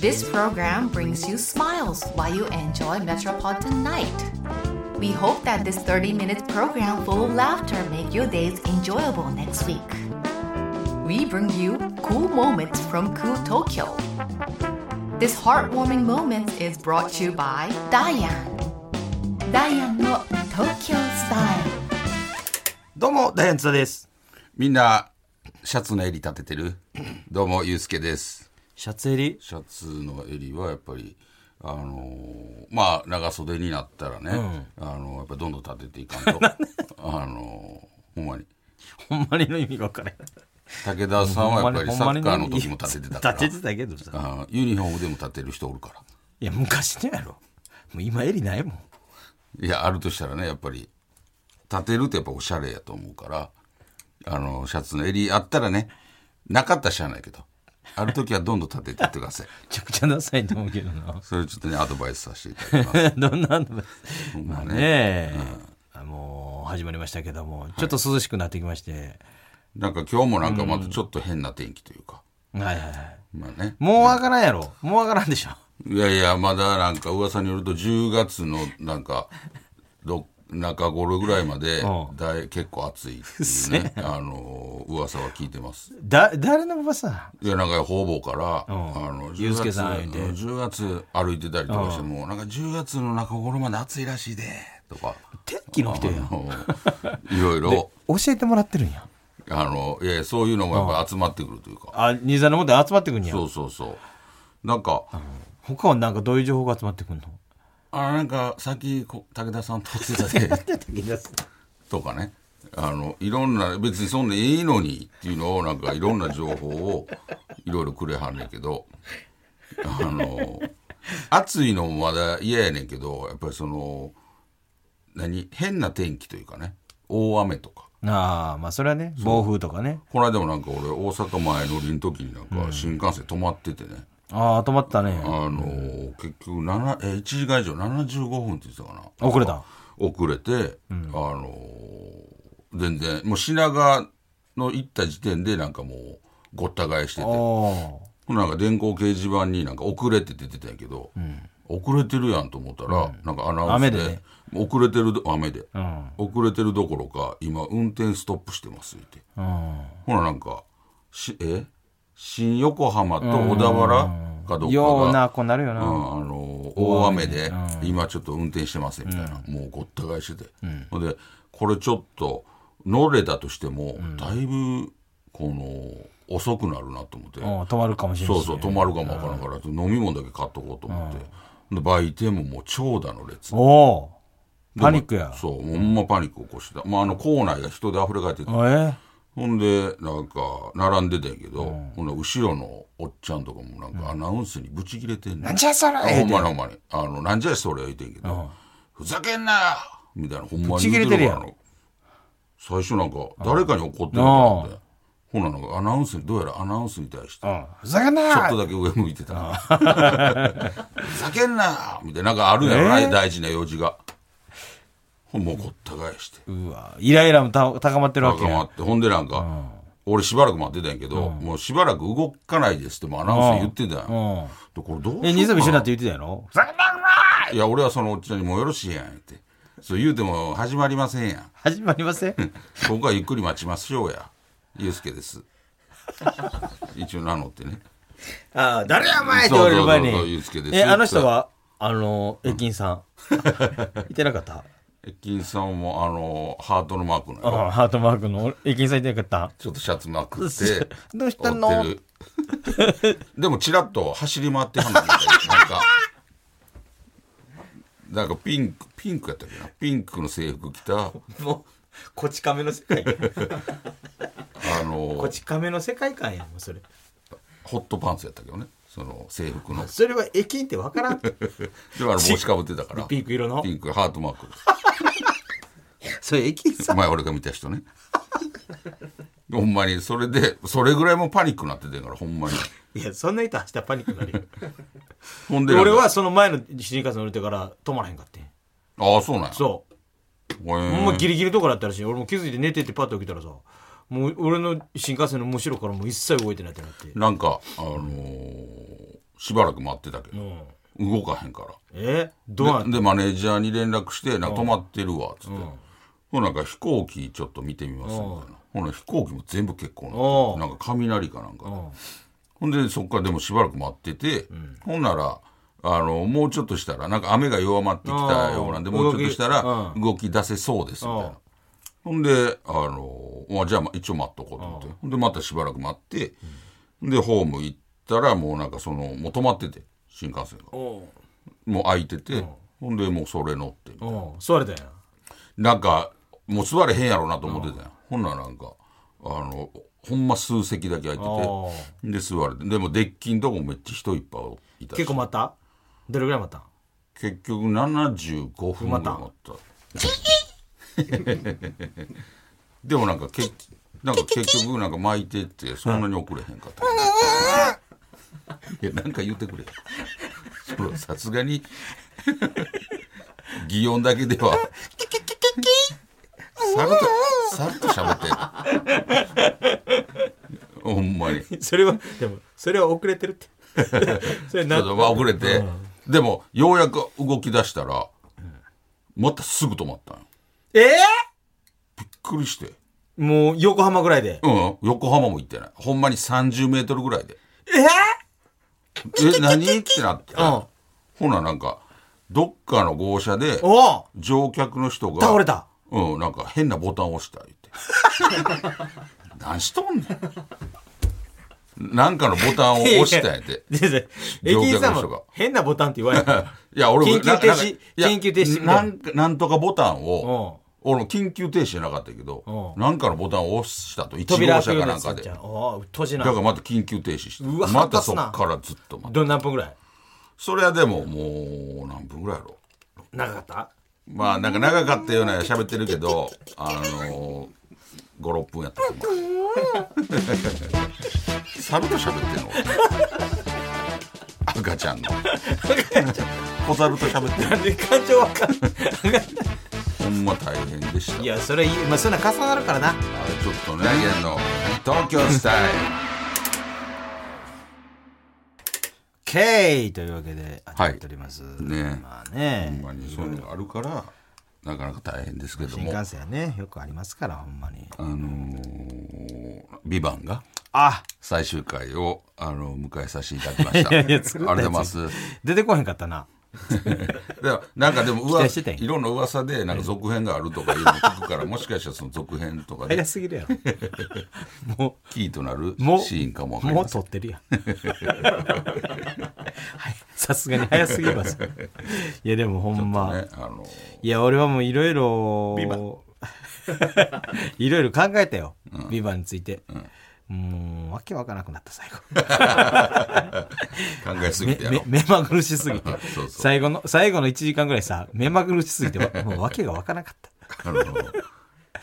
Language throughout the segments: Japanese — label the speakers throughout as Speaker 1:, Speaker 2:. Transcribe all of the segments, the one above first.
Speaker 1: This program brings you smiles while you enjoy Metropolitan Night. We hope that this 30-minute program full of laughter make your days enjoyable next week. We bring you cool moments from cool Tokyo. This heartwarming moment is brought to you by Diane. Diane の Tokyo Style.
Speaker 2: どうも、ダイアンツ田です。
Speaker 3: みんな、シャツの襟立ててるどうも、ゆうすけです。
Speaker 2: シャツ襟
Speaker 3: シャツの襟はやっぱり、あのーまあ、長袖になったらね、あのーやっぱどんどん立ててい かんと。あのーほんまに。
Speaker 2: ほんまにの意味が分からへん。
Speaker 3: 武田さんはやっぱり
Speaker 2: ほん
Speaker 3: サ
Speaker 2: まに
Speaker 3: ッカーの時も立ててたから。
Speaker 2: 立ててたけどさ。
Speaker 3: あーユニフォームでも立てる人おるか
Speaker 2: いや、昔のやろ。もう今襟ないもん。
Speaker 3: ら。いや、あるとしたらね、やっぱり、立てるとやっぱおしゃれやと思うから、あのーシャツの襟あったらね、なかったらしゃあないけど、ある時はどんどん立てていってください。
Speaker 2: めちゃくちゃダサいと思うけど
Speaker 3: 。
Speaker 2: な
Speaker 3: それちょっとね、アドバイスさせていただきます。
Speaker 2: どんなんだ
Speaker 3: ほん
Speaker 2: ま
Speaker 3: ま
Speaker 2: あ
Speaker 3: ね
Speaker 2: ね、あもう始まりましたけども、ちょっと涼しくなってきまして。
Speaker 3: なんか今日もなんかまたちょっと変な天気というか。
Speaker 2: はいはいはい。
Speaker 3: まあね。
Speaker 2: もうわからんやろ。もうわからんでしょ。
Speaker 3: いやいや、まだなんか噂によると10月のなんか、ど中頃ぐらいまで
Speaker 2: うん
Speaker 3: だい結構暑いっていう ね、あのー噂は聞いてます。
Speaker 2: だ、誰のおばさ
Speaker 3: いや、なんか方々から、
Speaker 2: ん
Speaker 3: あの、
Speaker 2: ユー
Speaker 3: 10
Speaker 2: スケ
Speaker 3: 月、
Speaker 2: さん言うて
Speaker 3: 10月歩いてたりとかしても、なんか10月の中頃まで暑いらしいで、とか、
Speaker 2: 天気の人や
Speaker 3: あ
Speaker 2: ん。
Speaker 3: のーいろい ろ、
Speaker 2: 教えてもらってるんや。
Speaker 3: あの、いやいやそういうのもやっぱ集まってくるというか。
Speaker 2: あ、兄さんのもと集まってくんや。
Speaker 3: そうそうそう。なんか、
Speaker 2: 他はなんかどういう情報が集まってくんの
Speaker 3: あなんかさっきこ武田さんとってた でとかねあのいろんな別にそんなんいいのにっていうのをなんかいろんな情報をいろいろくれはんねんけどあの暑いのもまだ嫌やねんけどやっぱりその何変な天気というかね大雨とか
Speaker 2: ああ、まあそれはね、暴風とかね。
Speaker 3: この間もなんか俺大阪前乗りの時になんか新幹線止まっててね、
Speaker 2: ああ、止まったね。
Speaker 3: あの結局7え1時間以上75分って言ってたかな
Speaker 2: 遅れた。
Speaker 3: 遅れて、あのー全然もう品川の行った時点でなんかもうごった返してて
Speaker 2: お
Speaker 3: なんか電光掲示板になんか遅れって出てたんやけど、遅れてるやんと思ったら、なんかアナウンスで
Speaker 2: 雨でね
Speaker 3: 遅れてるど雨で、
Speaker 2: ーうん。
Speaker 3: 遅れてるどころか今運転ストップしてますって
Speaker 2: う
Speaker 3: ほらなんかしえ新横浜と小田原かどっ
Speaker 2: ん。よう
Speaker 3: かが
Speaker 2: な、こうなるよ
Speaker 3: う
Speaker 2: な。
Speaker 3: んあの大雨で、今ちょっと運転してますみたいな、もうごった返してて、ほん、でこれちょっと乗れたとしても、だいぶこの遅くなるなと思って、
Speaker 2: うん、止まるかもしれない
Speaker 3: そ
Speaker 2: うし
Speaker 3: そう
Speaker 2: ね。
Speaker 3: 止まるかもわからんから、飲み物だけ買っとこうと思って、で売店ももう長蛇の列
Speaker 2: おお。パニックや。
Speaker 3: そうほんまパニック起こしてた、まあ、あの構内が人で溢れ返ってて、
Speaker 2: え
Speaker 3: ほんでなんか並んでたんやけど、ほんで後ろのおっちゃんとかもなんかアナウンスにブチ切れてんねん
Speaker 2: なんじゃそれ
Speaker 3: あほんまにほんまに。あの、なんじゃそれは言ってんけど、ふざけんなよみたいな、ほんまに言う
Speaker 2: ぶち切れてる
Speaker 3: か
Speaker 2: や
Speaker 3: ら
Speaker 2: ん
Speaker 3: あの最初なんか、誰かに怒ってるのかなって。ほな、なんかアナウンスに、どうやらアナウンスに対して、
Speaker 2: うん。ふざけんな
Speaker 3: ちょっ
Speaker 2: ー
Speaker 3: とだけ上向いてたな。ふ ざけんなよみたいな、なんかあるんやろな、
Speaker 2: えー
Speaker 3: 大事な用事が。ほんまごった返して。
Speaker 2: うわ、イライラもた高まってるわけ
Speaker 3: 高ま
Speaker 2: や。
Speaker 3: って、ほんでなんか、俺しばらく待ってたんやけど、もうしばらく動かないですってもアナウンス言ってたやんや。
Speaker 2: うん。
Speaker 3: でこれどうしようか
Speaker 2: え、兄さんも一緒になって言ってたやろふざけんなー
Speaker 3: いや、俺はそのおっちゃんにもうよろしいやんって。そう言うても始まりませんやん。
Speaker 2: 始まりません
Speaker 3: ここはゆっくり待ちましょうや。ゆうすけです。一応名乗ってね。
Speaker 2: ああ、誰やお前って言われる前
Speaker 3: そうそうそうそうゆう
Speaker 2: に
Speaker 3: すけ。です
Speaker 2: え、あの人は、あの、駅員さ ん。いてなかった
Speaker 3: 駅員さんもあの、ハートのマークのやろ
Speaker 2: あハートマークの駅員さんいてなかった
Speaker 3: ちょっとシャツまくって。
Speaker 2: どうしたの
Speaker 3: 追ってるでもちらっと走り回ってはんの見たりなんか。なんかピンク、ピンクやったっけな。ピンクの制服着た、あ
Speaker 2: もう、こち亀の世 界。
Speaker 3: の
Speaker 2: こ、ち亀の世界観やもん、それ。
Speaker 3: ホットパンツやったけどね。その制服の。
Speaker 2: それは駅員ってわからん。
Speaker 3: で、あの帽子かぶってたから。
Speaker 2: ピンク色の
Speaker 3: ピ。ンク、ハートマー
Speaker 2: それ駅員さ
Speaker 3: ク。
Speaker 2: ん。
Speaker 3: 前俺が見た人ね。ほんまに、それで、それぐらいもうパニックになっててんから、ほんまに。
Speaker 2: いや、そんな人明日パニックになるよ。
Speaker 3: ほん
Speaker 2: で
Speaker 3: で、
Speaker 2: 俺は、その前の新幹線乗れてから止まらへんかってん。
Speaker 3: ああ、そうなんや。
Speaker 2: そう。
Speaker 3: へー
Speaker 2: ほんまギリギリのとこだったらしい。俺も気づいて寝ててパッと起きたらさ、もう俺の新幹線の後ろからもう一切動いてないってなって。
Speaker 3: なんか、あのーしばらく待ってたけど、動かへんから。
Speaker 2: えどうな
Speaker 3: ででマネージャーに連絡して「なんか止まってるわ」っつって、ほななんか飛行機ちょっと見てみますみたいな、ほな飛行機も全部欠航
Speaker 2: おう
Speaker 3: なってなんか雷かなんかで、ほんでそっからでもしばらく待ってて、ほんならあのもうちょっとしたらなんか雨が弱まってきたようなんで
Speaker 2: うん
Speaker 3: もうちょっとしたら
Speaker 2: 動
Speaker 3: 動き出せそうですみたいな。ほんで、あの、まあ、じゃあまあ一応待っとこうと思って。ほんで、またしばらく待って、で、ホーム行ったら、もうなんかその、もう止まってて、新幹線が。
Speaker 2: お
Speaker 3: もう空いてて、ほんでもうそれ乗ってみたい
Speaker 2: お座れたんや
Speaker 3: ななんかもう座れへんやろうなと思ってたやん、ほんならなんかあのほんま数席だけ空いて
Speaker 2: お
Speaker 3: てで座れてでもデッキんとこもめっちゃ人いっぱいいたし
Speaker 2: 結構待ったどれぐらい待ったん
Speaker 3: 結局75分ぐらい待ったでもなんかけなんか結局なんか巻いてってそんなに遅れへんかった、いやなんか言ってくれそれはさすがに擬音だけではさらっとさらっと喋ってほんまにち
Speaker 2: それはでもそれは遅れてるって それ
Speaker 3: ょ
Speaker 2: な
Speaker 3: っとまあ遅れて、でもようやく動き出したらまたすぐ止まったんよ
Speaker 2: ええ
Speaker 3: びっくりして
Speaker 2: もう横浜ぐらいで
Speaker 3: うん横浜も行ってないほんまに3 0ルぐらいで
Speaker 2: え
Speaker 3: え何ってなって
Speaker 2: うん
Speaker 3: ほななんかどっかの号車で
Speaker 2: おお
Speaker 3: 乗客の人が
Speaker 2: 倒れた
Speaker 3: うんなんか変なボタンを押した言って 何しとんねんなんかのボタンを押したん やって
Speaker 2: 先生駅
Speaker 3: 乗
Speaker 2: 員
Speaker 3: 客
Speaker 2: さん
Speaker 3: の人が
Speaker 2: も変なボタンって言われ た
Speaker 3: いや俺も
Speaker 2: 緊急停止
Speaker 3: な
Speaker 2: 緊急停止みたいな
Speaker 3: なんかいやなんなんとかボタンを
Speaker 2: う
Speaker 3: 俺も緊急停止じゃなかったけど
Speaker 2: うん
Speaker 3: なんかのボタンを押したと一号
Speaker 2: 扉
Speaker 3: 車
Speaker 2: 開くよ
Speaker 3: か
Speaker 2: う
Speaker 3: な
Speaker 2: なんやつ
Speaker 3: か
Speaker 2: やっ
Speaker 3: で
Speaker 2: ちゃうおおうっとじな
Speaker 3: だからまた緊急停止して
Speaker 2: うわ
Speaker 3: また
Speaker 2: 腹立
Speaker 3: そ
Speaker 2: つな
Speaker 3: っからずっと待って
Speaker 2: ど何分ぐらい
Speaker 3: それはでももう何分ぐらいやろ
Speaker 2: 長かった
Speaker 3: まあなんか長かったような喋ってるけどあのー、56分やったと思う サルと喋っ てんの赤ちゃんの小猿と喋ってる
Speaker 2: なんで感情わかん ない
Speaker 3: ほんま大変でした
Speaker 2: いやそれいいまあそんな重なるからな
Speaker 3: あれちょっとね人間の東京スタイル
Speaker 2: K というわけで
Speaker 3: はい
Speaker 2: やっております、
Speaker 3: ね
Speaker 2: まあね
Speaker 3: ほんまにそういうのがあるからなかなか大変ですけど
Speaker 2: 新
Speaker 3: も
Speaker 2: 幹線はねよくありますからほんまに
Speaker 3: あのー「ビバンが
Speaker 2: あ
Speaker 3: 最終回をあの迎えさ せていただきました。ありがとうございます。
Speaker 2: 出てこへんかったな
Speaker 3: でもなんかでもう
Speaker 2: 期
Speaker 3: わ
Speaker 2: 待してたんや
Speaker 3: いろんな噂でなんか続編があるとかいうの聞くからもしかしたらその続編とか
Speaker 2: 早
Speaker 3: です
Speaker 2: ぎるやろも
Speaker 3: キーとなる
Speaker 2: うもう
Speaker 3: シーンかもわかり
Speaker 2: もう
Speaker 3: ません
Speaker 2: 撮ってるやんはいさすがに早すぎますいやでもほんま、
Speaker 3: ねあの
Speaker 2: いや俺はもういろいろいろいろ考えたよ、ビバについて、もうわけわからなくなった最後
Speaker 3: 考えすぎてや
Speaker 2: め
Speaker 3: ろ
Speaker 2: 目まぐるしすぎて
Speaker 3: そうそう
Speaker 2: 最後の最後の1時間ぐらいさ目まぐるしすぎてわもう訳が分からなかった
Speaker 3: あの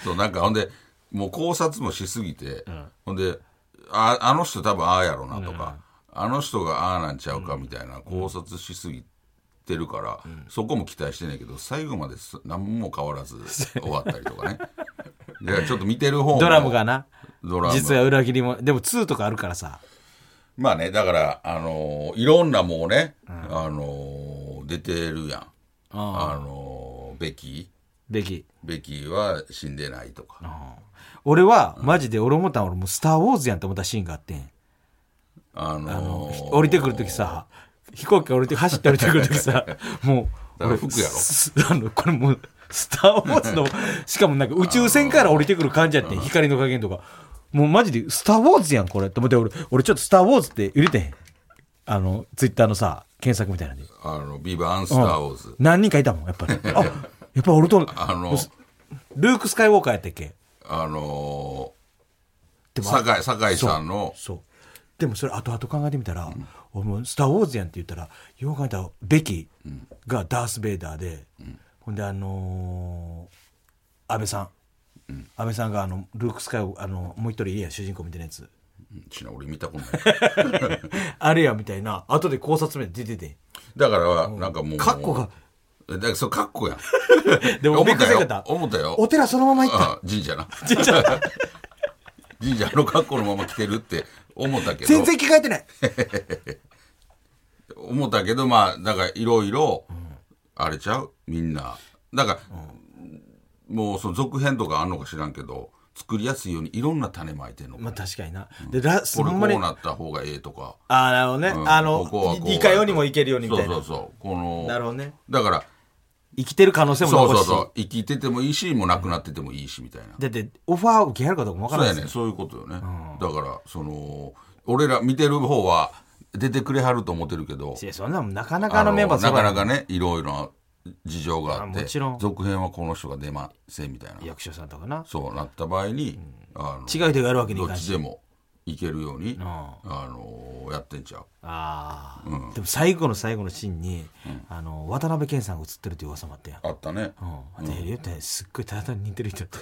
Speaker 3: そうなんかほんでもう考察もしすぎて、ほんでああの人多分ああやろなとか、あの人がああなんちゃうかみたいな考察しすぎてるから、そこも期待してないけど最後まです何も変わ らず終わったりとかねでちょっと見てる方も
Speaker 2: ドラムがな
Speaker 3: ドラム
Speaker 2: 実は裏切りもでも2とかあるからさ
Speaker 3: まあねだからあのーいろんなもうね、あのー出てるやんあのーベキ
Speaker 2: べき
Speaker 3: ーベキーは死んでないとか、
Speaker 2: 俺はマジで俺思ったん俺もう「スター・ウォーズ」やんって思ったシーンがあってん
Speaker 3: あのー
Speaker 2: 降りてくる時さ飛行機降りて走って降りてくる時 さもう
Speaker 3: だから服やろ
Speaker 2: すあのこれもう「スター・ウォー ズの」しかもなんか宇宙船から降りてくる感じやってん光の加減とかもうマジで「スター・ウォーズ」やんこれって思って俺俺ちょっと「スター・ウォーズ」って入れてへんあのツイッターのさ検索みたいなんで
Speaker 3: あの、ビバンスターウォーズ。
Speaker 2: 何人かいたもんやっぱりあやっぱ俺と
Speaker 3: あの、
Speaker 2: ルーク・スカイウォーカーやったっけ
Speaker 3: あの
Speaker 2: で
Speaker 3: ー、
Speaker 2: も
Speaker 3: 酒井、酒井さんの、
Speaker 2: そうでもそれ後々考えてみたら「俺もスター・ウォーズやん」って言ったらよう考えたらベキがダース・ベイダーで、ほんであのー安倍さん、安倍さんがあのルーク・スカイをあのもう一人いるやん主人公みたいなや つ
Speaker 3: うんちな、俺見たことない。
Speaker 2: あれやみたいな後で考察まで出てて
Speaker 3: だから、なんかもう。
Speaker 2: カッコが。
Speaker 3: だから、そう、カッ コやん。
Speaker 2: でもび
Speaker 3: 思
Speaker 2: っくり
Speaker 3: った
Speaker 2: せんか
Speaker 3: よ
Speaker 2: った。
Speaker 3: 思ったよ。
Speaker 2: お寺そのまま行った
Speaker 3: あ神社な。神 社神社の格好のまま来てるって思ったけど。
Speaker 2: 全然着替えてない
Speaker 3: 思ったけどまあだからいろいろあれちゃうみんなだから、もうその続編とかあんのか知らんけど作りやすいようにいろんな種まいてんのか、
Speaker 2: まあ確かにな。で、ラス
Speaker 3: これ
Speaker 2: ほ
Speaker 3: こ
Speaker 2: んまに
Speaker 3: う、なった方がええとか、
Speaker 2: ああ、なるほどね。
Speaker 3: うん
Speaker 2: あの
Speaker 3: ここはこう
Speaker 2: い、いかようにもいけるようにみたい
Speaker 3: そう
Speaker 2: な
Speaker 3: そう。そうこの
Speaker 2: なるほどね。
Speaker 3: だから
Speaker 2: 生きてる可能性も
Speaker 3: そう
Speaker 2: 残
Speaker 3: そう
Speaker 2: し。
Speaker 3: そう生きててもいいしもう亡くなっててもいいしみたいな
Speaker 2: だって、オファー受けはるかどうかもわか
Speaker 3: そう
Speaker 2: らな
Speaker 3: や
Speaker 2: いで
Speaker 3: ね
Speaker 2: す
Speaker 3: そういうことよね、だからその俺ら見てる方は出てくれはると思ってるけど
Speaker 2: いや、そんなもんなかなかのメンバー
Speaker 3: なかな
Speaker 2: そ
Speaker 3: か
Speaker 2: う
Speaker 3: ねいろいろな事情があって
Speaker 2: あもちろん
Speaker 3: 続編はこの人が出ませんみたい
Speaker 2: だ
Speaker 3: な
Speaker 2: 役所さんとかな。
Speaker 3: そうなった場合に、あの
Speaker 2: 違う人がやるわけにい
Speaker 3: ど
Speaker 2: か
Speaker 3: っ
Speaker 2: ん
Speaker 3: ち
Speaker 2: し。
Speaker 3: でもいけるように、
Speaker 2: あ
Speaker 3: あのやってんちゃう
Speaker 2: ああ、でも最後の最後のシーンに、あの、渡辺謙さんが映ってるっていう噂もあったやん。
Speaker 3: あったね、
Speaker 2: うん。で、言うて、すっごいただ単に似てる人だ った。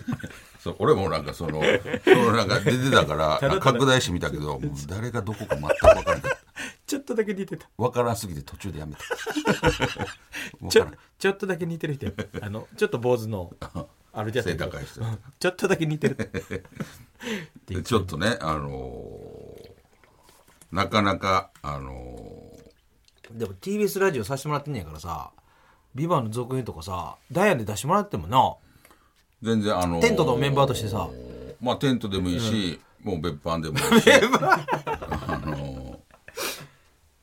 Speaker 3: そう俺もなんかそのそのなんか出て たから拡大してみたけ どもう誰がどこか全く分からない
Speaker 2: ちょっとだけ似てた。
Speaker 3: 分からんすぎて途中でやめ た分
Speaker 2: ち
Speaker 3: か
Speaker 2: ょ
Speaker 3: らん
Speaker 2: ちょっとだけ似てる人やんあの、ちょっと坊主 の、あれじゃ
Speaker 3: 背高い人
Speaker 2: ちょっとだけ似てる。
Speaker 3: でちょっとね、あのーなかなか、あの
Speaker 2: でも TBS ラジオさせてもらってんねやからさ「ビバンの続編とかさダイアンで出してもらってもな
Speaker 3: ー全然、あの
Speaker 2: テントのメンバーとしてさ
Speaker 3: まあ、テントでもいいし、も う別班でもいいし。あのー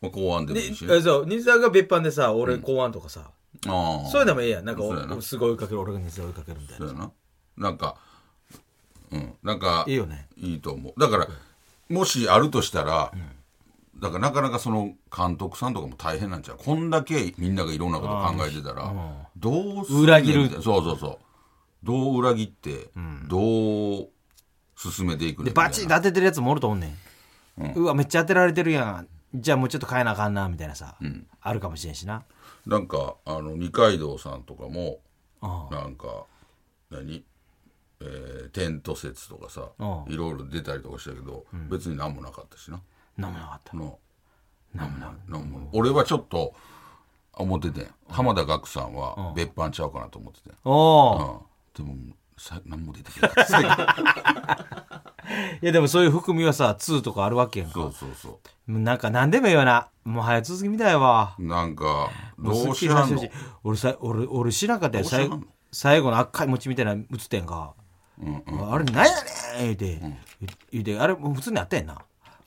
Speaker 3: まあ、公安でもいいし。
Speaker 2: えそう西沢が別班でさ俺公安とかさ、
Speaker 3: ああ。
Speaker 2: そういうのもええやんなんか
Speaker 3: そうやな
Speaker 2: おすごい追いかける俺が西沢追いかけるみたい
Speaker 3: そう
Speaker 2: な
Speaker 3: やな。なんか、うん、なんか、
Speaker 2: いいよね
Speaker 3: いいと思う。だから、もしあるとしたら、だからなかなかその監督さんとかも大変なんちゃうこんだけみんながいろんなこと考えてたらどうすんねん
Speaker 2: 裏切る
Speaker 3: そうそうそうどう裏切ってどう進めてい
Speaker 2: で
Speaker 3: くねんみたいな
Speaker 2: バチッと当ててるやつもおると思うねん、うわめっちゃ当てられてるやんじゃあもうちょっと変えなあかんなみたいなさ、あるかもしれんしな
Speaker 3: なんかあの二階堂さんとかも
Speaker 2: あ
Speaker 3: なんか何えーテント説とかさ
Speaker 2: うん
Speaker 3: いろいろ出たりとかしたけど別に何もなかったしな
Speaker 2: 何もなかった
Speaker 3: のなんもない俺はちょっと思っててん浜田岳さんは別班ちゃうかなと思っててん
Speaker 2: おお、
Speaker 3: うんでもさ何も出てこない
Speaker 2: いやでもそういう含みはさ2とかあるわけやんか
Speaker 3: そうそうそ
Speaker 2: もうなんか何でもいいわなもう早続きみたいわ
Speaker 3: うなんか
Speaker 2: も
Speaker 3: どう
Speaker 2: す
Speaker 3: し
Speaker 2: っきりさ
Speaker 3: はん
Speaker 2: せて
Speaker 3: の
Speaker 2: ほしい俺さ俺俺知らんかったよ
Speaker 3: どうしはん
Speaker 2: 最後
Speaker 3: の
Speaker 2: 最後の赤い餅みたいなの映ってんか、あれなんやねん言うて、言うてあれもう普通にあったやんな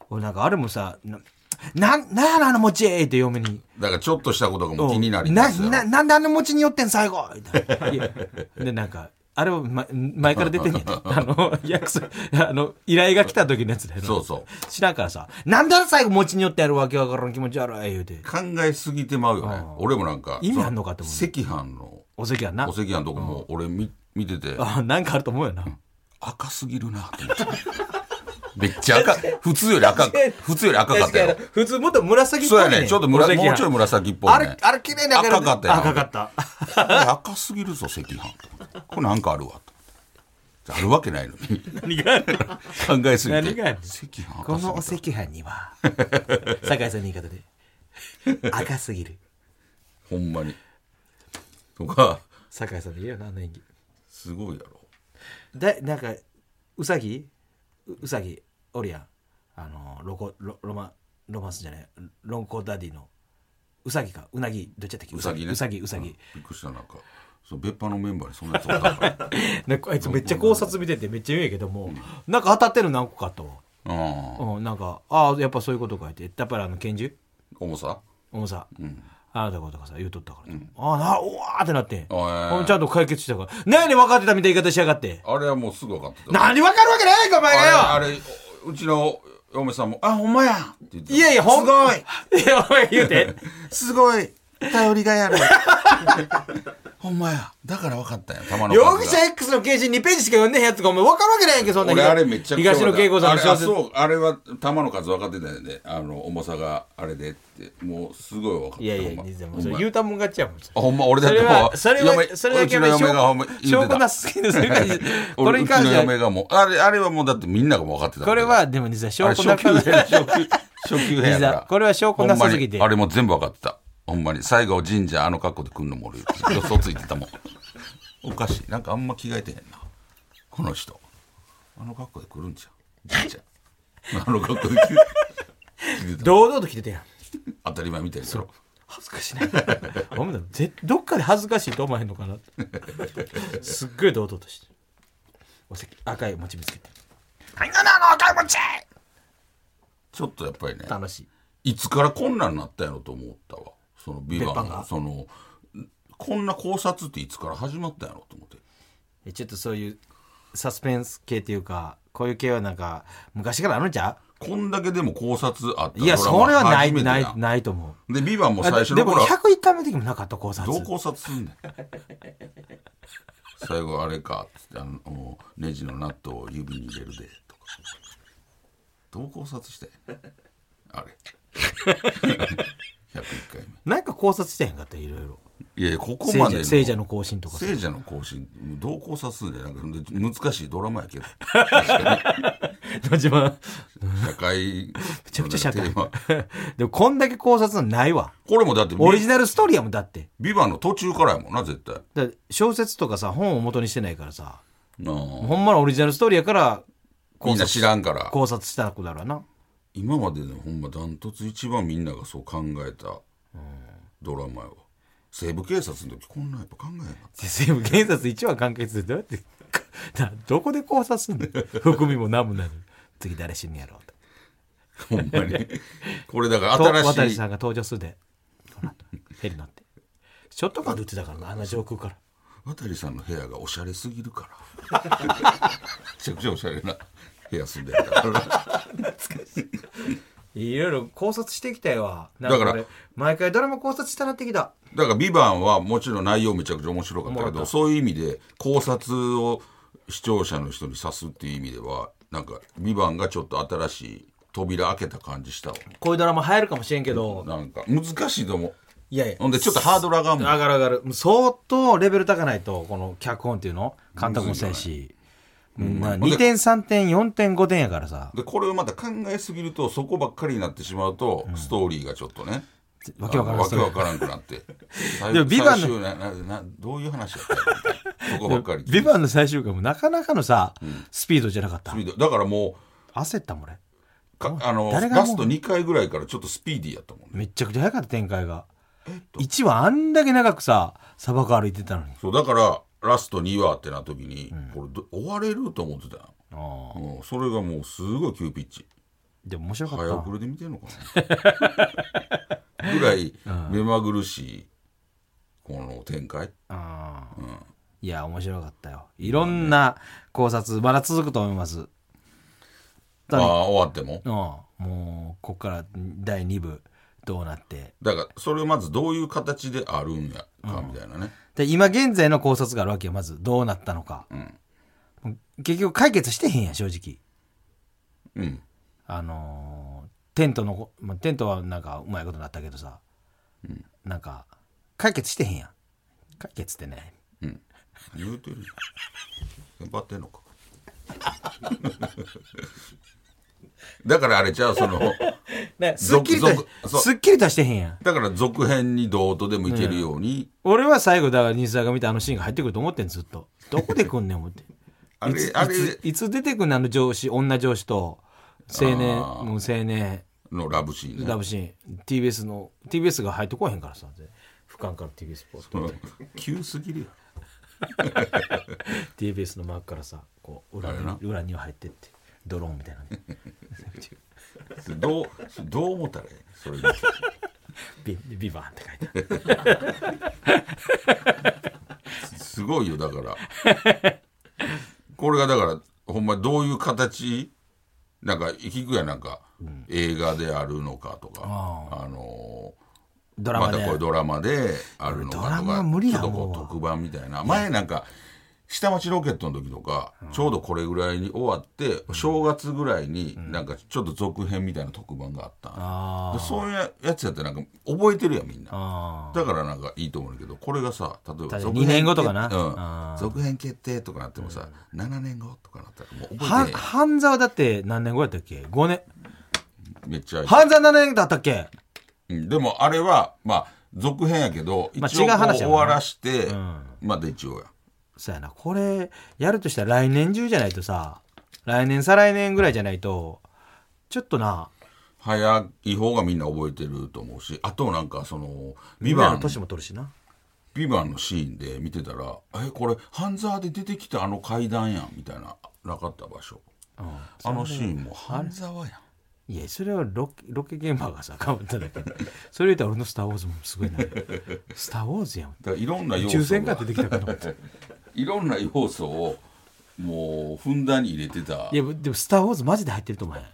Speaker 2: 俺なんかあれもさななんなんやなあの餅って嫁に
Speaker 3: だからちょっとしたことがもう気になり
Speaker 2: な
Speaker 3: ますよ
Speaker 2: ななんであの餅によってん最後みたいないやでなんかあれは、ま、前から出てん ねんあの約束あの依頼が来た時のやつだよな
Speaker 3: そうそう
Speaker 2: 知らんからさなんであの最後餅によってやるわけわからん気持ち悪い言うて
Speaker 3: 考えすぎてまうよね俺もなんか
Speaker 2: 意味あんのかって思う
Speaker 3: その赤飯の
Speaker 2: お赤飯な
Speaker 3: お赤飯のとこも俺見見てて
Speaker 2: あなんかあると思うよな、
Speaker 3: 赤すぎるなと思ってめっちゃ赤普通より赤普通より赤かったよ
Speaker 2: 普通もっと紫
Speaker 3: そうやねちょっとむら
Speaker 2: 紫
Speaker 3: もうちょい紫っぽいね
Speaker 2: あれあれ綺麗な
Speaker 3: 赤かったよ
Speaker 2: 赤かった
Speaker 3: これ赤すぎるぞ赤飯これなんかあるわとあるわけないのに
Speaker 2: 何がある
Speaker 3: 考えすぎて
Speaker 2: 何がある
Speaker 3: 赤飯赤
Speaker 2: このお
Speaker 3: すぎ
Speaker 2: 赤飯には酒井さんの言い方で赤すぎる
Speaker 3: たほんまにとか
Speaker 2: 酒井さんで言えよなあの演技
Speaker 3: すごいやろ
Speaker 2: だなんかうさぎううさぎおるやんあのロコロロマロマンスじゃないロンコダディのうさぎかうなぎどっちやったっけ
Speaker 3: うさぎね
Speaker 2: うさぎうさぎ、
Speaker 3: うんびっくりしたなんかそう別班のメンバーにそんなやつおったから
Speaker 2: なんかあいつめっちゃ考察見ててめっちゃ言うんやけども、なんか当たってる何個かあったわ
Speaker 3: うん
Speaker 2: うん、なんか、ああ、やっぱそういうことかいって、やっぱりあの拳銃、
Speaker 3: 重さ
Speaker 2: 重さ、あなたがとかさ、言うとったから、ああ、な、うわーってなってん、
Speaker 3: おい
Speaker 2: ほんでちゃんと解決したから、何分かってたみたいな言い方しやがって、
Speaker 3: あれはもうすぐ分かってた
Speaker 2: 何分かるわけないやんか、お前がよ
Speaker 3: あれあれうちの嫁さんも「あほんまや!」って言って
Speaker 2: いやいや、ほんすごいいや、お前言う て、
Speaker 3: すごい頼りがやる ほんまやだから分かったんや玉の数が
Speaker 2: 容疑者 X の刑事2ページしか読んでへんやつが、お前分かるわけないやんけ、そんな
Speaker 3: 俺あれめっちゃくちゃ
Speaker 2: 東野圭吾さんの
Speaker 3: あれ
Speaker 2: 小
Speaker 3: あ
Speaker 2: 説。
Speaker 3: そうあれは玉の数分かってたよねあの重さがあれでってもうすごい分かった
Speaker 2: いやいや、
Speaker 3: ほんま
Speaker 2: 兄さんも
Speaker 3: ほ
Speaker 2: うんそれ
Speaker 3: ま
Speaker 2: 言うたもん勝ちやもん。
Speaker 3: あほんま俺だ
Speaker 2: そ
Speaker 3: っ
Speaker 2: れ
Speaker 3: て
Speaker 2: は
Speaker 3: も、う
Speaker 2: それは
Speaker 3: 嫁、
Speaker 2: それだ
Speaker 3: う
Speaker 2: け
Speaker 3: ち
Speaker 2: は
Speaker 3: の嫁がほんま
Speaker 2: 証
Speaker 3: 言う
Speaker 2: 拠
Speaker 3: て
Speaker 2: な
Speaker 3: た
Speaker 2: す ぎる、それ感じ。これ
Speaker 3: 俺
Speaker 2: に
Speaker 3: うち
Speaker 2: 関し
Speaker 3: の
Speaker 2: ては
Speaker 3: 嫁がもうあれあれはもうだってみんながもう分かってた
Speaker 2: これは、でも西沢
Speaker 3: あれ
Speaker 2: 証
Speaker 3: 初
Speaker 2: 拠な
Speaker 3: 級編初級初級編やか
Speaker 2: 兄
Speaker 3: ら
Speaker 2: さんこれは証拠なさすぎて
Speaker 3: ほんまにあれもう全部分かってたほんまに最後神社あの格好で来んのも俺予想ついてたもん おかしいなんかあんま着替えてへんなこの人あの 格好で来るんじゃう神社あの格好で来る
Speaker 2: 堂々と来てたやん。
Speaker 3: 当たり前みたいな
Speaker 2: そう恥ずかしい なお前らぜどっかで恥ずかしいと思わへんのかなすっごい堂々としてるおせ赤い餅見つけて
Speaker 3: 何なの赤い餅ちょっとやっぱりね
Speaker 2: 楽しい
Speaker 3: いつからこんなんなったんやろと思ったわそのビバン
Speaker 2: 別班が
Speaker 3: そのこんな考察っていつから始まったんやろと思って
Speaker 2: えちょっとそういうサスペンス系っていうかこういう系はなんか昔からあるんちゃ
Speaker 3: こんだけでも考察あった
Speaker 2: ういやそれはない
Speaker 3: 初めてや
Speaker 2: ないないと思う
Speaker 3: でビバンも最
Speaker 2: あ
Speaker 3: 初
Speaker 2: で
Speaker 3: の
Speaker 2: も
Speaker 3: 頃は
Speaker 2: 101回目の時もなかった考察
Speaker 3: どう考察すんねん最後あれかっつってあのネジのナットを指に入れるでとかどう考察してあれ101回
Speaker 2: なんか考察してへんかったいろいろ
Speaker 3: 目いやいやここ
Speaker 2: 聖
Speaker 3: まで
Speaker 2: 者聖者の更新とか
Speaker 3: 聖者の更新どう考察するんじゃなくて難しいドラマやけど
Speaker 2: 野島
Speaker 3: 社会め
Speaker 2: めちゃくちゃ社会
Speaker 3: こ
Speaker 2: でもこんだけ考察ないわ
Speaker 3: れもだって
Speaker 2: オリジナルストーリーやもんだって
Speaker 3: ビバンの途中からやもんな絶対
Speaker 2: だから小説とかさ本を元にしてないからさ
Speaker 3: なあ
Speaker 2: ほんまのオリジナルストーリーやから
Speaker 3: みんな知らんから
Speaker 2: 考察したことだろうな
Speaker 3: 今までのほんまダントツ一番みんながそう考えたドラマよ西部警察の時こんなんやっぱ考えなかった
Speaker 2: 西部警察一話完結でどうやって だどこで考察すんの含みも何もないのに次誰死ぬやろうと
Speaker 3: ほんまにこれだか
Speaker 2: と
Speaker 3: ら
Speaker 2: 渡
Speaker 3: 新しい
Speaker 2: さんが登場するで この後ヘリ乗ってショットガンで撃ってたからなあんな上空から
Speaker 3: 渡さんの部屋がおしゃれすぎるからめちゃくちゃおしゃれな部屋住んでるから
Speaker 2: いろいろ考察してきたよわ
Speaker 3: だから
Speaker 2: なん俺毎回ドラマ考察したなってきた
Speaker 3: だから「ビバンはもちろん内容めちゃくちゃ面白かったけどそういう意味で考察を視聴者の人に刺すっていう意味ではなんか「ビバンがちょっと新しい扉開けた感じしたわ
Speaker 2: こういうドラマ流行るかもしれんけど、
Speaker 3: なんか難しいと思う
Speaker 2: いやいや
Speaker 3: ほんでちょっとハードル上がんもん
Speaker 2: 上がる上がるもう相当レベル高ないとこの脚本っていうの監督もせんし、うん、な2点3点4点5点やからさ
Speaker 3: でこれをまた考えすぎるとそこばっかりになってしまうと、ストーリーがちょっとね
Speaker 2: わけわからん
Speaker 3: あのわけわからんくなって最
Speaker 2: でもビバンの
Speaker 3: 最終なななどういう話やったのみたいなそこばっかり
Speaker 2: ビバンの最終回もなかなかのさ、スピードじゃなかった
Speaker 3: スピードだからも
Speaker 2: 焦ったもん俺
Speaker 3: うかあの
Speaker 2: 誰がもう
Speaker 3: ラスト2回ぐらいからちょっとスピーディーやったもんね
Speaker 2: めっちゃくちゃ早かった展開が1話あんだけ長くさ砂漠歩いてたのに
Speaker 3: そうだからラスト2話ってな時に、これど終われると思ってたよ
Speaker 2: ああ
Speaker 3: うん、それがもうすごい急ピッチ
Speaker 2: でも面白かった
Speaker 3: 早
Speaker 2: わ
Speaker 3: 送りで見てんのかなぐらい目まぐるしいこの展開
Speaker 2: ああいや面白かったよいろんな考察まだ続くと思います
Speaker 3: ああ終わっても
Speaker 2: うん、もうここから第2部どうなって
Speaker 3: だからそれをまずどういう形であるんやかみたいなね、
Speaker 2: で今現在の考察があるわけよまずどうなったのか、もう結局解決してへんやん正直
Speaker 3: うん
Speaker 2: あのーテントのこ、まあ、テントはなんかうまいことになったけどさ、なんか解決してへんやん解決ってね
Speaker 3: 言うてるじゃん頑張ってんのか だからあれちゃうその
Speaker 2: ねすっ
Speaker 3: 続
Speaker 2: きりと
Speaker 3: 続そう
Speaker 2: すっきりとはしてへんやん
Speaker 3: だから続編にどうとでもいけるように、
Speaker 2: 俺は最後だから西田が見たあのシーンが入ってくると思ってんずっとどこで来んねん思って
Speaker 3: あれ
Speaker 2: いつ
Speaker 3: あれ
Speaker 2: いついつ出てくんのあの上司女上司と青年
Speaker 3: あー
Speaker 2: もう青年
Speaker 3: のラブシーンね
Speaker 2: ラブシーン TBS の TBS が入ってこうへんからさ俯瞰から TBS ポート
Speaker 3: うん 急すぎるよ
Speaker 2: TBS のマークからさこう裏
Speaker 3: あれ
Speaker 2: に
Speaker 3: な
Speaker 2: 裏には入ってってドローンみたいな ね
Speaker 3: どうどう思ったらええそれに
Speaker 2: ビビバーンって書いてある
Speaker 3: すごいよだからこれがだからほんまどういう形なんか聞くやんなんか、映画であるのかとかあのー
Speaker 2: ドラマ
Speaker 3: ま
Speaker 2: で、
Speaker 3: たこれドラマであるのかとか
Speaker 2: ドラマは無理や
Speaker 3: ちょっとこ
Speaker 2: も
Speaker 3: う
Speaker 2: う
Speaker 3: 特番みたいな前なんか下町ロケットの時とか、ちょうどこれぐらいに終わって、正月ぐらいになんかちょっと続編みたいな特番があったん
Speaker 2: あ
Speaker 3: でそういうやつやってなんか覚えてるやんみんな
Speaker 2: あ
Speaker 3: だからなんかいいと思うんだけどこれがさ例えば
Speaker 2: 確かに
Speaker 3: 続
Speaker 2: 二年後とかな
Speaker 3: 決
Speaker 2: あ
Speaker 3: うん、続編決定とかなってもさ、7年後とかなったらもう
Speaker 2: ー
Speaker 3: 覚
Speaker 2: は
Speaker 3: えてへん
Speaker 2: 半沢だって何年後やったっけ5年
Speaker 3: めっちゃいい
Speaker 2: 半沢7年だったっけ
Speaker 3: うんでもあれはまあ続編やけど一
Speaker 2: まあ
Speaker 3: 応
Speaker 2: 違う
Speaker 3: こう
Speaker 2: 話やもんね
Speaker 3: 終わらして、
Speaker 2: ん
Speaker 3: まあで一応や
Speaker 2: そうやなこれやるとしたら来年中じゃないとさ来年再来年ぐらいじゃないとちょっとな
Speaker 3: 早い方がみんな覚えてると思うしあとなんかその「
Speaker 2: み
Speaker 3: ビ
Speaker 2: んな
Speaker 3: バ
Speaker 2: の
Speaker 3: ン
Speaker 2: 年も取るしな。
Speaker 3: ビバンのシーンで見てたら「えこれ半沢で出てきたあの階段やん」みたいななかった場所あのシーンも半沢やん
Speaker 2: いや、それはロケロケ現場がさ、変わっただけ で。それ言ったら俺のスター・ウォーズもすごいな。スター・ウォーズやん。
Speaker 3: だからいろんな要
Speaker 2: 宇
Speaker 3: 素
Speaker 2: 宙船が
Speaker 3: が
Speaker 2: 出てきたかと思った。
Speaker 3: いろんな要素をもうふんだんに入れてた
Speaker 2: いや、でもスター・ウォーズマジで入ってると思うやん。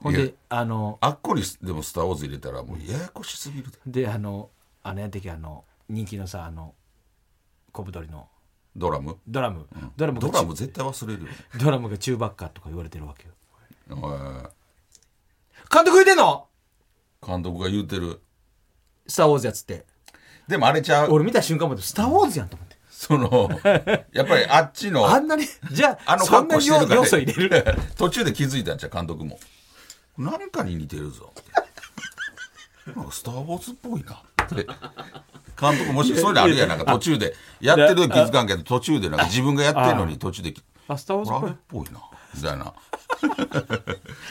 Speaker 2: ほん
Speaker 3: いや
Speaker 2: で、あの、
Speaker 3: あっこにでも「スター・ウォーズ」入れたらもうややこしすぎるで
Speaker 2: で、あの、あのやってきあの、人気のさ、あの、小太りの
Speaker 3: ドラム
Speaker 2: ドラム。ドラムが
Speaker 3: ドラム絶対忘れるよね
Speaker 2: ドラムが中ばっかとか言われてるわけよ。
Speaker 3: えー
Speaker 2: 監督言うてんの
Speaker 3: 監督が言うてる
Speaker 2: スター・ウォーズやつって。
Speaker 3: でもあれちゃう
Speaker 2: 俺見た瞬間までスター・ウォーズやんと思って。
Speaker 3: そのやっぱりあっちの
Speaker 2: あんなに、じゃあ、
Speaker 3: あの
Speaker 2: そんな
Speaker 3: 格好してる
Speaker 2: 要
Speaker 3: から、
Speaker 2: 要素入れる
Speaker 3: 途中で気づいたんちゃう監督も何かに似てるぞなんかスター・ウォーズっぽいなって監督もしそういうのあるやんなんか途中でやってる時気づかんけど途中でなんか自分がやってるのに途中でき
Speaker 2: あ、スター・ウォーズ
Speaker 3: こ
Speaker 2: っぽ
Speaker 3: れあれ
Speaker 2: い
Speaker 3: っ。ぽいなみたいな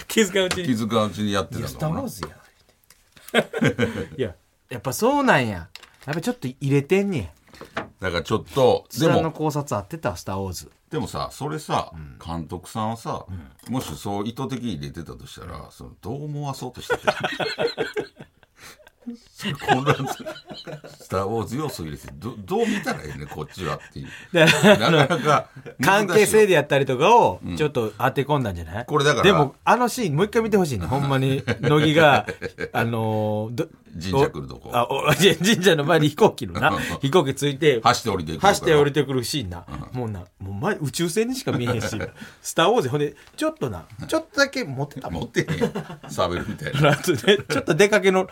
Speaker 2: 気づかんうち
Speaker 3: 気
Speaker 2: に。
Speaker 3: づかんうちにやって
Speaker 2: いや、
Speaker 3: た
Speaker 2: スター・ウ
Speaker 3: の
Speaker 2: ォー
Speaker 3: な
Speaker 2: ズや ん。いや、やっぱそうなんや。やっぱちょっと入れてんねん。
Speaker 3: だからちょっとで
Speaker 2: 津田の
Speaker 3: も
Speaker 2: 考察合ってたわ、スター・ウォーズ。
Speaker 3: でもさそれさ監督さんはさもしそう意図的に入れてたとしたらそのどう思わそうとしてた それ混乱するスター・ウォーズ要素入れてどどう見たらいいねこっちはっていう
Speaker 2: だから
Speaker 3: なかなか
Speaker 2: 関係性
Speaker 3: で
Speaker 2: でやったりとかをちょっと当て込んだんじゃない、
Speaker 3: これだから
Speaker 2: でもあのシーンもう一回見てほしいねほんま に乃木があのーど
Speaker 3: 神社来るとこ
Speaker 2: おあお神社の前に飛行機のな飛行機ついて
Speaker 3: 走って降りていくとこ
Speaker 2: 走って降りてくるシーンな、もうなもう前宇宙船にしか見えへんし「スター・ウォーズ」ほんでちょっとなちょっとだけ持ってたもん
Speaker 3: 持ってへんやん喋るみたいな
Speaker 2: ラ ッツでちょっと出かけの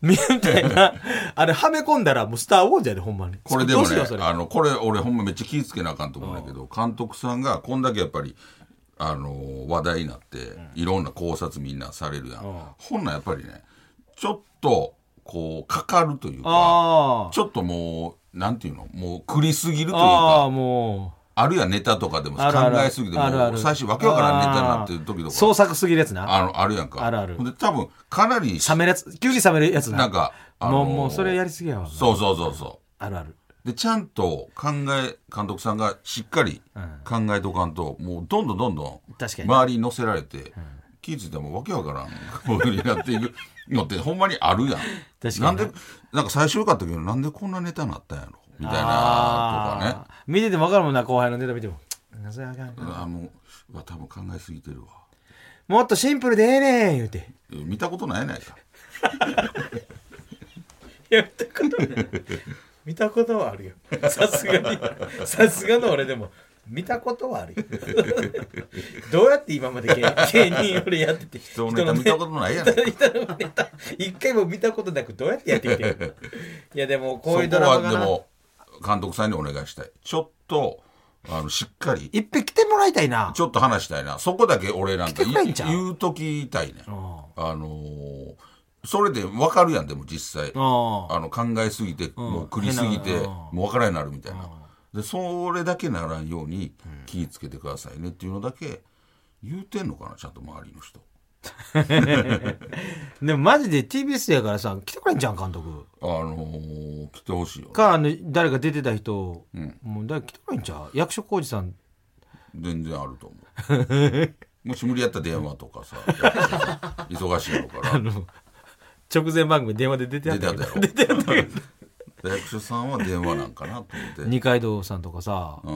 Speaker 2: みたいなあれはめ込んだらもう「スター・ウォーズ」やでほんまに
Speaker 3: これでも
Speaker 2: どうし
Speaker 3: ね
Speaker 2: ようそれ
Speaker 3: あのこれ俺ほんまめっちゃ気ぃつけなあかんと思うんだけど監督さんがこんだけやっぱりあの話題になっていろんな考察みんなされるや
Speaker 2: うん
Speaker 3: んほんなんやっぱりねちょっとこうかかるというか
Speaker 2: あー
Speaker 3: ちょっともうなんていうのもう繰りすぎるとい
Speaker 2: あ
Speaker 3: うか
Speaker 2: ーもう
Speaker 3: あるいはネタとかでも考
Speaker 2: あるある
Speaker 3: えすぎても
Speaker 2: あるあ
Speaker 3: う
Speaker 2: る
Speaker 3: 最初わけわからんネタになってる時と
Speaker 2: 創
Speaker 3: か
Speaker 2: 作すぎるやつな
Speaker 3: あのあるやんか
Speaker 2: あるある
Speaker 3: ほんで多分かなり
Speaker 2: 冷めるやつ急に冷めるやつな
Speaker 3: なんかあ
Speaker 2: も
Speaker 3: の
Speaker 2: うもうそれやりすぎやわ
Speaker 3: そうそうそうそう
Speaker 2: あるある
Speaker 3: でちゃんと考え監督さんがしっかり考えとかんと、もうどんどんどんどん
Speaker 2: 確かに
Speaker 3: 周りに乗せられて、気づいたらもうわけわからんこういうふうになっていく のってほんまにあるやん
Speaker 2: 確
Speaker 3: な
Speaker 2: か
Speaker 3: ん
Speaker 2: に
Speaker 3: でなんか最初よかったけどなんでこんなネタなったんやろみたいなとか
Speaker 2: あー見てても分かるもんな後輩のネタ見てもなぜあかん
Speaker 3: ねあもううわ多分考えすぎてるわ
Speaker 2: もっとシンプルでええねん言うて
Speaker 3: 見たことないやないか
Speaker 2: や見たことない見たことはあるよさすがにさすがの俺でも見たことはあるよどうやって今まで芸芸人俺やってて
Speaker 3: 人のネタ見たことないやないか
Speaker 2: 人のネタ一回も見たことなくどうやってやってきてるのいやでもこういう
Speaker 3: そ
Speaker 2: ド
Speaker 3: こ
Speaker 2: ラ
Speaker 3: は
Speaker 2: マが
Speaker 3: で
Speaker 2: な
Speaker 3: も監督さんにお願いしたいちょっとあのしっかり
Speaker 2: いっぺん来てもらいたいな
Speaker 3: ちょっと話したいな。そこだけ俺なんか
Speaker 2: 聞きたいんちゃう
Speaker 3: 言うときたいね。
Speaker 2: う
Speaker 3: あ
Speaker 2: ん
Speaker 3: のーそれで分かるやん、でも実際。
Speaker 2: あ
Speaker 3: あの、考えすぎて、もう繰りすぎて、
Speaker 2: 変な
Speaker 3: もう分からんようになるみたいな。で、それだけならんように気ぃつけてくださいねっていうのだけ言うてんのかな、ちゃんと周りの人。
Speaker 2: でもマジで TBS やからさ来てくれんじゃん監督
Speaker 3: あのー来てほしいよ。
Speaker 2: かあの誰か出てた人、もう誰か来てくれんじゃん役所広司さん
Speaker 3: 全然あると思う。もし無理やったら電話 とかさ、やっぱりさ忙しいのから。
Speaker 2: 直前番組電話で出て
Speaker 3: 出
Speaker 2: はってた
Speaker 3: た
Speaker 2: け
Speaker 3: だ
Speaker 2: ど
Speaker 3: ろ。大学所さんは電話なんかなと思って。
Speaker 2: 二階堂さんとかさ
Speaker 3: うん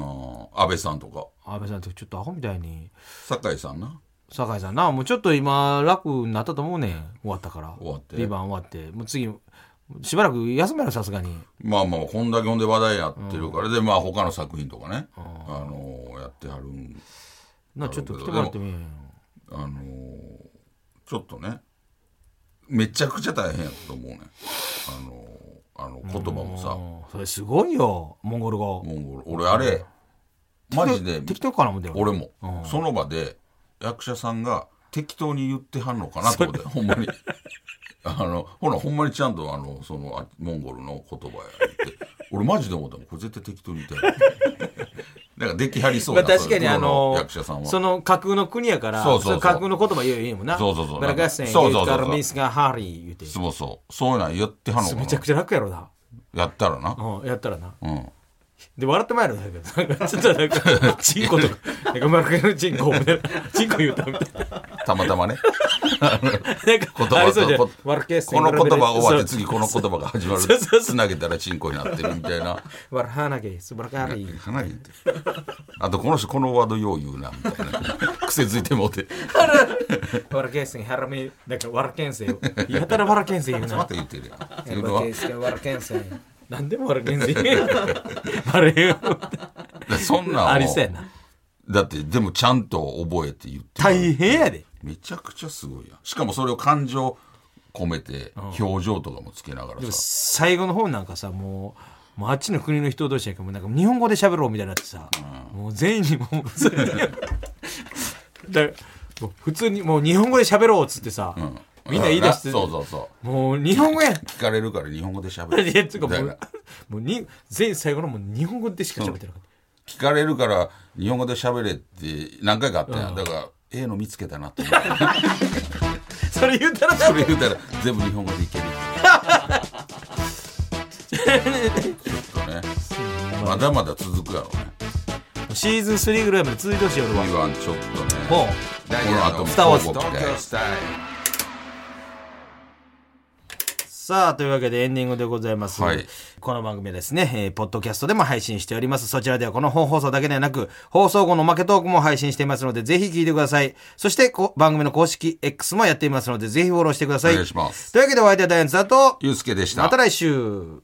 Speaker 3: 安倍さんとか
Speaker 2: 安倍さんとかちょっとアホみたいに
Speaker 3: 酒井さんな
Speaker 2: 酒井さんなもうちょっと今楽になったと思うねん終わったから
Speaker 3: 終わって
Speaker 2: ビバン終わってもう次しばらく休めろさすがに
Speaker 3: まあまあこんだけほんで話題やってるから、でまあ他の作品とかね、あのーやってはるん
Speaker 2: なちょっと来てもらってもいいよ
Speaker 3: あのーちょっとねめちゃくちゃ大変やったと思うねあのーあの言葉もさ
Speaker 2: うんそれすごいよモンゴル語
Speaker 3: モンゴル俺あれマジで
Speaker 2: 適当かな思って
Speaker 3: 俺もその場で役者さんが適当に言ってはんのかなと思ってほんまにあのほらほんまにちゃんとあのそのあモンゴルの言葉やって俺マジで思ったもんこれ絶対適当に言ってはるでなんか出来張りそう
Speaker 2: まあ
Speaker 3: な、
Speaker 2: 確かにあ
Speaker 3: プロ
Speaker 2: の
Speaker 3: 役者さんは
Speaker 2: その架空の国やから
Speaker 3: そうそうそう
Speaker 2: の架空の言葉言えへんもんな
Speaker 3: そうそうそう
Speaker 2: バラガステン
Speaker 3: そうそうそう
Speaker 2: カルミスガンハリー言うて
Speaker 3: そうそうそういうのはやってはんのか
Speaker 2: めちゃ
Speaker 3: な
Speaker 2: くちゃ楽やろな、
Speaker 3: やったらな
Speaker 2: うん、やったらな
Speaker 3: うん
Speaker 2: で笑ってまいるんだけどなんかちょっとなんかチンコとかなんかマクロチンコみたいなチンコ言うたみたいな
Speaker 3: たま たまね
Speaker 2: なんか
Speaker 3: 言
Speaker 2: ありそうじゃん
Speaker 3: 葉
Speaker 2: ワルケーステン
Speaker 3: この言葉終わっ
Speaker 2: そ
Speaker 3: て
Speaker 2: う
Speaker 3: 次この言葉が始まる
Speaker 2: そうそうそう
Speaker 3: つなげたらチンコになってるみたいな
Speaker 2: ワルハナゲスバラカリー
Speaker 3: かなりって あとこの人このワードよう言うなみたいな癖づいてもうて
Speaker 2: ワラケーステンハラミなんかワラケンセイやたらワラケンセイ言う
Speaker 3: ま
Speaker 2: な
Speaker 3: た言ってるやんっていうの
Speaker 2: ワ
Speaker 3: は
Speaker 2: ラケーステンワラケンセイなんでもワラケンセイバレへんよ
Speaker 3: そんなんを
Speaker 2: ありそうやな
Speaker 3: だってでもちゃんと覚えて言ってる
Speaker 2: 大変やで
Speaker 3: めちゃくちゃすごいやんしかもそれを感情込めて表情とかもつけながら
Speaker 2: でも
Speaker 3: さ
Speaker 2: 最後の方なんかさもうもうあっちの国の人同士やからもうなんか日本語で喋ろうみたいになってさ、もう全員にもうそれでだもう普通にもう日本語で喋ろうっつってさ、みんな言い出して
Speaker 3: そうそうそう
Speaker 2: もう日本語やんい
Speaker 3: 聞かれるから日本語で 喋る
Speaker 2: やつうか
Speaker 3: み
Speaker 2: も
Speaker 3: たいうな
Speaker 2: もうに全員最後のもう日本語でしか喋ってなかっ
Speaker 3: 聞かれるから日本語で喋れって何回かあったやんだからええの見つけたなって思って
Speaker 2: たそれ言ったら
Speaker 3: そ
Speaker 2: 多
Speaker 3: れ
Speaker 2: 分
Speaker 3: 言うたら全部日本語でいけるちょっとねまだまだ続くやろうね
Speaker 2: シーズン3ぐらいまで続いてほしい俺は
Speaker 3: 言わんちょっとね
Speaker 2: も
Speaker 3: この後も
Speaker 2: スターウォーズ
Speaker 3: 交互期待
Speaker 2: さあというわけでエンディングでございます、
Speaker 3: はい
Speaker 2: この番組はですね、えーポッドキャストでも配信しておりますそちらではこの本放送だけではなく放送後のおまけトークも配信していますのでぜひ聞いてくださいそしてこ番組の公式 X もやっていますのでぜひフォローしてください
Speaker 3: お願いします
Speaker 2: というわけでお相手はダイアンツだと
Speaker 3: ゆうすけでした
Speaker 2: また来週